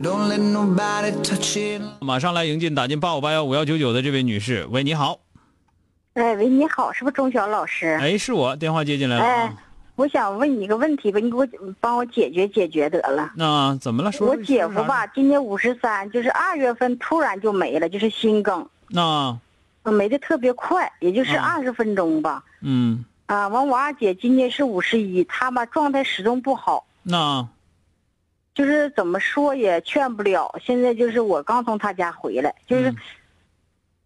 Don't let nobody touch it. 马上来迎进打进八五八幺五幺啊九九的这位女士，喂，你好，哎，喂，你好，是不是钟晓老师？哎，是我，电话接进来了。哎啊我想问你一个问题吧，你给我帮我解决解决得了。那怎么了？啊说我姐夫吧，，今年五十三，就是二月份突然就没了，就是心梗，嗯那没的特别快，也就是啊二十分钟吧。嗯，啊，完我二姐今年是五十一，她吧状态始终不好，那就是怎么说也劝不了。现在就是我刚从她家回来，就是、嗯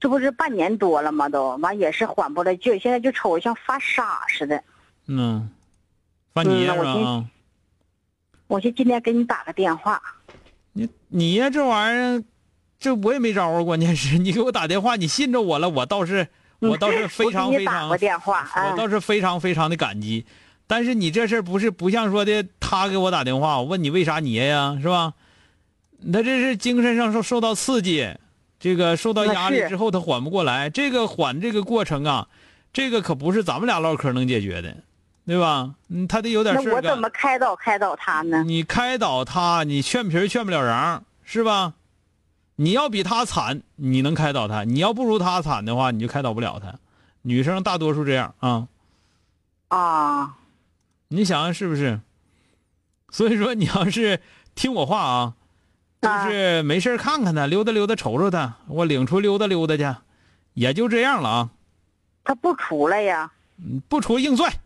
这不是半年多了吗都？完也是缓不来劲儿，现在就瞅着像发傻似的。嗯，范你嗯爷那是我吧？先啊我就今天给你打个电话。你你呀，这玩意儿，这我也没招啊。关键是 你给我打电话，你信着我了，我倒是我倒是非常嗯我给非你打常，过电话我啊，倒是非常非常的感激。但是你这事儿不是不像说的他给我打电话，我问你为啥你爷呀，是吧？他这是精神上受受到刺激，这个受到那压力是之后他缓不过来，这个缓这个过程啊，这个可不是咱们俩唠嗑能解决的，对吧？嗯，他得有点那事我儿干怎。么开导开导他呢？你开导他，你劝皮儿劝不了瓤，是吧？你要比他惨，你能开导他；你要不如他惨的话，你就开导不了他。女生大多数这样啊，嗯啊，你想想是不是？所以说，你要是听我话啊，啊就是没事儿看看他，溜达溜达，瞅瞅他，我领出溜达溜达去，也就这样了啊。他不出来呀，不出硬拽，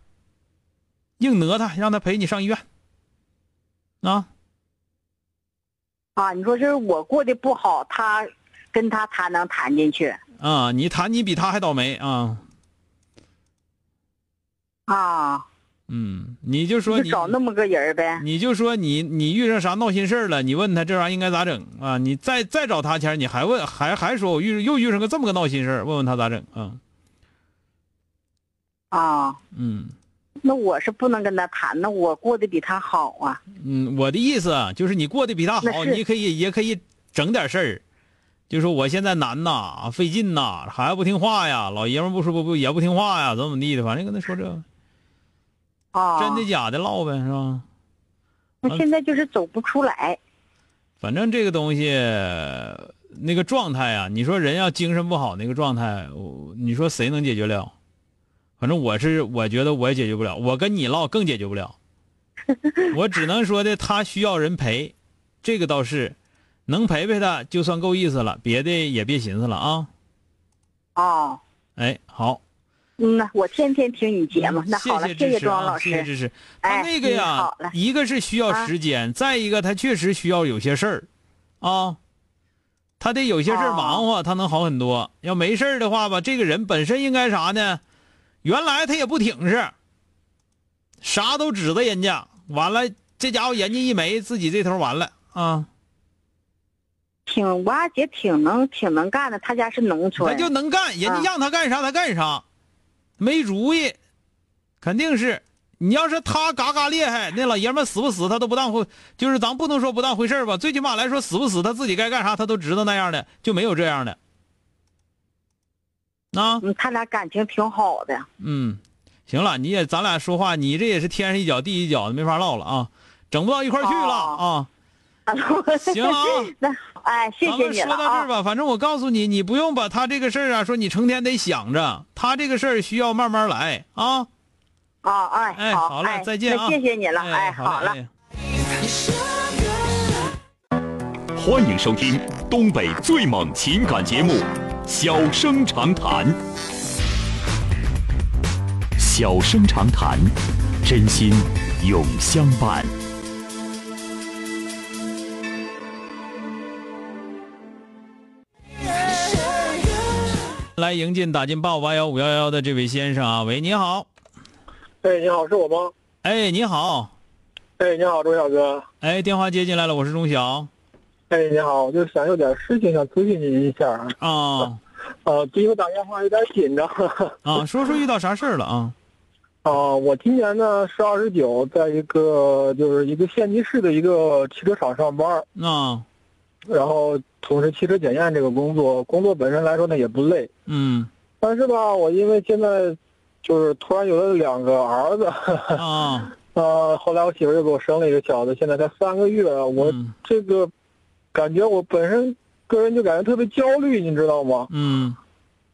硬讹他，让他陪你上医院。啊，啊，你说这是我过得不好，他跟他他能谈进去啊，你谈你比他还倒霉啊。啊？嗯，你就说就你，找那么个人呗。你就说你你遇上啥闹心事儿了，你问他这玩意儿应该咋整啊？你再再找他前儿，你还问还还说我遇又遇上个这么个闹心事儿，问问他咋整啊？啊，嗯那我是不能跟他谈，那我过得比他好啊。嗯，我的意思啊就是你过得比他好，那是你可以也可以整点事儿，就说我现在难呐，费劲呐，孩子不听话呀，老爷们儿不说不不也不听话呀，怎么怎么地的，反正跟他说这个啊，真的假的唠呗，是吧？那现在就是走不出来。反正这个东西，呃那个状态啊，你说人要精神不好，那个状态，我你说谁能解决了？反正我是，我觉得我也解决不了，我跟你唠更解决不 了。我只能说的，他需要人陪，这个倒是，能陪陪他就算够意思了，别的也别寻思了啊。啊，哎，好，嗯呐，我天天听你节目。那好了，嗯谢谢支谢持庄啊，老谢谢师。支持。他哎，那个嗯呀好，了，一个是需要啊时间，再一个他确实需要有些事儿，啊，他得有些事儿哦忙活，他能好很多。要没事儿的话吧，这个人本身应该啥呢？原来他也不挺是，啥都指着人家，完了这家伙人家一没，自己这头完了啊，挺我二姐挺能挺能干的，她家是农他村。就能干，人家嗯让他干啥他干啥，没主意，肯定是。你要是他嘎嘎厉害，那老爷们儿死不死他都不当回，就是咱不能说不当回事儿吧，最起码来说死不死他自己该干啥他都知道那样的，就没有这样的。啊，嗯，他俩感情挺好的。嗯，行了，你也咱俩说话，你这也是天上一脚地一脚的，没法唠了啊，整不到一块儿去了啊。行了啊。那哎，谢咱谢们你说了到这儿啊！吧，反正我告诉你，你不用把他这个事儿啊，说你成天得想着他这个事儿需要慢慢来啊。啊，哎，哎，好了，哎再见啊！那谢谢你了，哎，好了。哎。欢迎收听东北最猛情感节目《小生长谈》。小生长谈，真心永相伴。来迎进打进八五八幺五幺幺的这位先生啊，喂，你好，哎，你好，是我吗？哎，你好，哎，你好，周小哥。哎，电话接进来了，我是钟晓哎，你好，我就想有点事情想咨询您一下啊。啊呃，第一个打电话有点紧张。啊，说说遇到啥事儿了啊？啊，我今年呢是二十九，在一个就是一个县级市的一个汽车厂上班，啊，然后从事汽车检验这个工作。工作本身来说呢也不累，嗯但是吧，我因为现在就是突然有了两个儿子，啊，呃，后来我媳妇儿又给我生了一个小子，现在才三个月，我嗯这个感觉我本身个人就感觉特别焦虑，你知道吗？嗯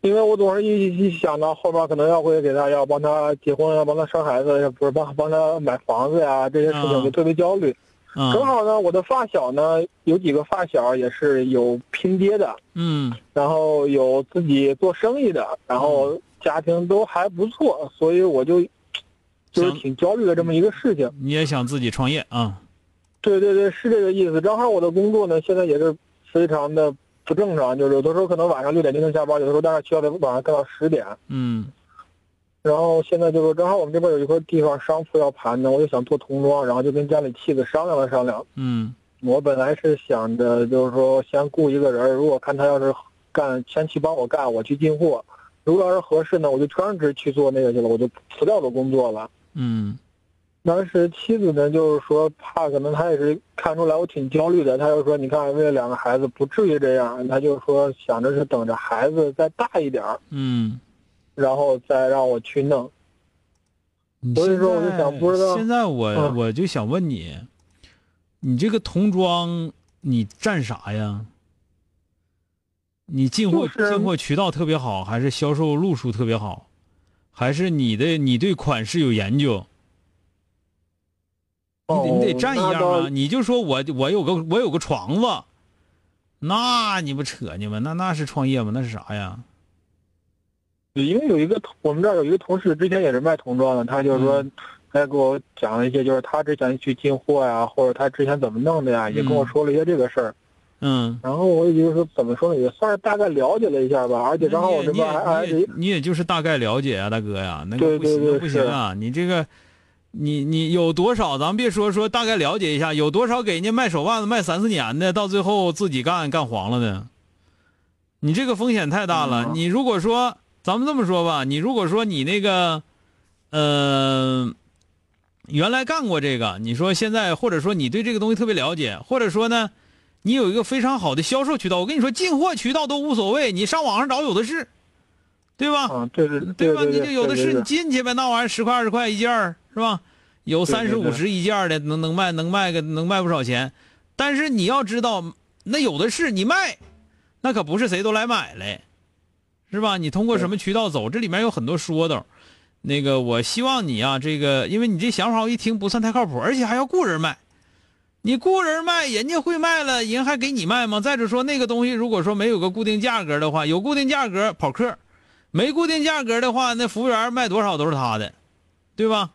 因为我总是一一想到后面可能要会给他要帮他结婚啊，帮他生孩子呀，不是帮帮他买房子呀这些事啊情，就特别焦虑。正啊，好呢，我的发小呢有几个发小也是有拼爹的，嗯然后有自己做生意的，然后家庭都还不错，所以我就就是想挺焦虑的这么一个事情。你也想自己创业啊？对对对，是这个意思。正好我的工作呢，现在也是非常的不正常，就是有的时候可能晚上六点就能下班，有的时候但是需要在晚上干到十点。嗯然后现在就是正好我们这边有一块地方商铺要盘呢，我就想做童装，然后就跟家里妻子商量了商量。嗯我本来是想着就是说先雇一个人儿，如果看他要是干，先去帮我干，我去进货。如果要是合适呢，我就全职去做那个去了，我就辞掉我的工作了。嗯当时妻子呢，就是说怕可能她也是看出来我挺焦虑的，她就说你看为了两个孩子不至于这样，她就说想着是等着孩子再大一点儿，嗯。然后再让我去弄。你所以现说我就在想不知道现在我、嗯我就想问你，你这个童装你占啥呀？你进货、就是进货渠道特别好，还是销售路数特别好，还是你的你对款式有研究？你得你得占一样哦那啊！倒你就说我我有个我有个床子，那你不扯呢吗？那那是创业吗？那是啥呀？因为有一个同我们这儿有一个同事之前也是卖童装的，他就嗯是说，他也给我讲了一些，就是他之前去进货呀，或者他之前怎么弄的呀，也跟我嗯说了一些这个事儿。嗯，然后我也就是说怎么说呢，也算是大概了解了一下吧。而且正好我那这你边也还还你也你也你也就是大概了解啊，大哥呀，那个对不行对啊对不行啊，你这个，你你有多少，咱别说说大概了解一下，有多少给人家卖手腕子卖三四年的，到最后自己干干黄了的，你这个风险太大嗯了。你如果说，咱们这么说吧，你如果说你那个，呃，原来干过这个，你说现在或者说你对这个东西特别了解，或者说呢，你有一个非常好的销售渠道，我跟你说，进货渠道都无所谓，你上网上找有的是，对吧？啊，对对对对吧？对你对，就有的对是，对你进去呗，那玩意儿十块二十块一件儿是吧？有对三十对五对十一件儿的，能能卖能卖个能卖不少钱。但是你要知道，那有的是你卖，那可不是谁都来买嘞，是吧？你通过什么渠道走，这里面有很多说道。那个，我希望你啊，这个，因为你这想法我一听不算太靠谱，而且还要雇人卖。你雇人卖，人家会卖了，人还给你卖吗？再者说，那个东西如果说没有个固定价格的话，有固定价格跑客，没固定价格的话，那服务员卖多少都是他的，对吧？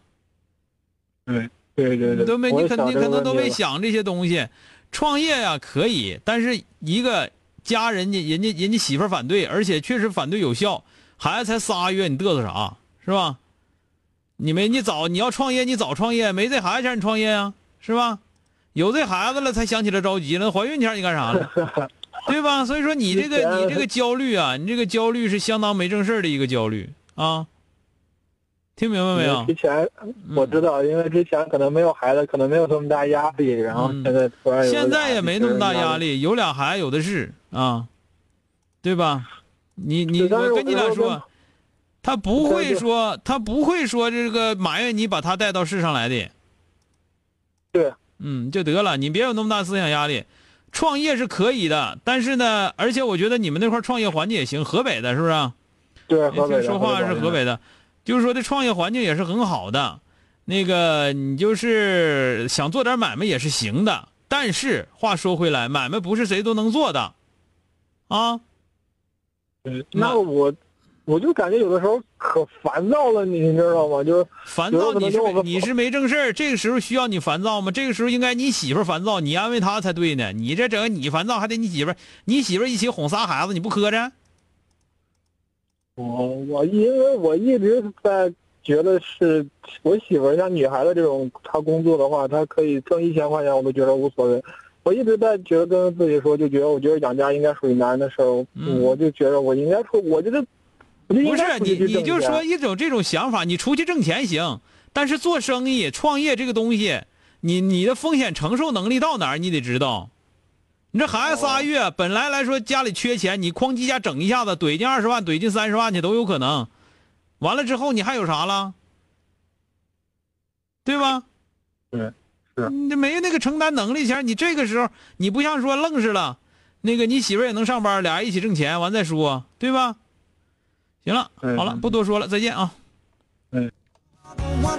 对对你对，都没，我你也肯想定这可个能问都题没了想这些东西。创业呀、可以，但是一个家人家人家人家媳妇儿反对，而且确实反对有效，孩子才仨月，你嘚瑟啥是吧？你没你早你要创业你早创业，没这孩子前你创业呀、是吧？有这孩子了才想起来着急了，怀孕前你干啥了？对吧？所以说你 这个你这个焦虑啊，你这个焦虑是相当没正事儿的一个焦虑啊，听明白没有嗯之？前我知道，因为之前可能没有孩子，可能没有这么大压力，然后现在突然嗯有了现在也没那么大压压。力，有俩孩子有的是啊，对吧？你你对但是我我跟你俩我说跟，他不但会是说他不会说这个埋怨你把他带到世上来的。对，嗯，就得了，你别有那么大思想压力。创业是可以的，但是呢，而且我觉得你们那块儿创业环境也行，河北的是不是啊？对，河听北说话是河北的，就是说这创业环境也是很好的，那个你就是想做点买卖也是行的，但是话说回来，买卖不是谁都能做的，啊，嗯，那那我我就感觉有的时候可烦躁了，你知道吗？就是烦有躁可能你是就我没个你是没正事儿，这个时候需要你烦躁吗？这个时候应该你媳妇儿烦躁，你安慰她才对呢。你这整个你烦躁，还得你媳妇儿，你媳妇儿一起哄仨孩子，你不磕碜？我我因为我一直在觉得是我媳妇儿像女孩子这种，她工作的话，她可以挣一千块钱，我都觉得无所谓。我一直在觉得跟自己说，就觉得我觉得养家应该属于男人的事儿，嗯我就觉得我应该出，我觉得我就应不该是出你去去你挣就钱说一种这种想法，你出去挣钱行，但是做生意创业这个东西，你你的风险承受能力到哪儿你得知道。你这孩子仨哦月，本来来说家里缺钱，你哐叽一下整一下子怼进二十万，怼进三十万去都有可能。完了之后你还有啥了？对吧？对是你这没那个承担能力前，你这个时候你不像说愣是了，那个你媳妇儿也能上班，俩人一起挣钱，完再说，对吧？行了，嗯好了，不多说了，再见啊！ One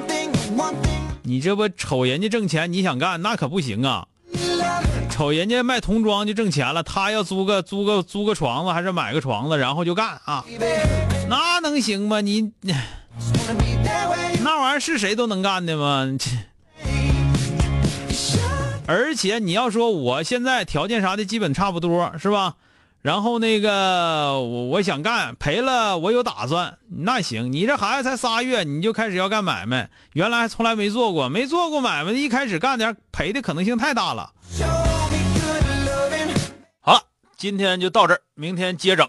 thing, one thing, 你这不瞅人家挣钱，你想干那可不行啊！瞅人家卖童装就挣钱了，他要租个租个租个床子，还是买个床子，然后就干啊，那能行吗？你 wanna be there where you 那玩意儿是谁都能干的吗？ 这而且你要说我现在条件啥的基本差不多是吧？然后那个我我想干赔了，我有打算，那行，你这孩子才仨月你就开始要干买卖，原来从来没做过，没做过买卖，一开始干点赔的可能性太大了。 show me good loving. 好了，今天就到这儿，明天接整。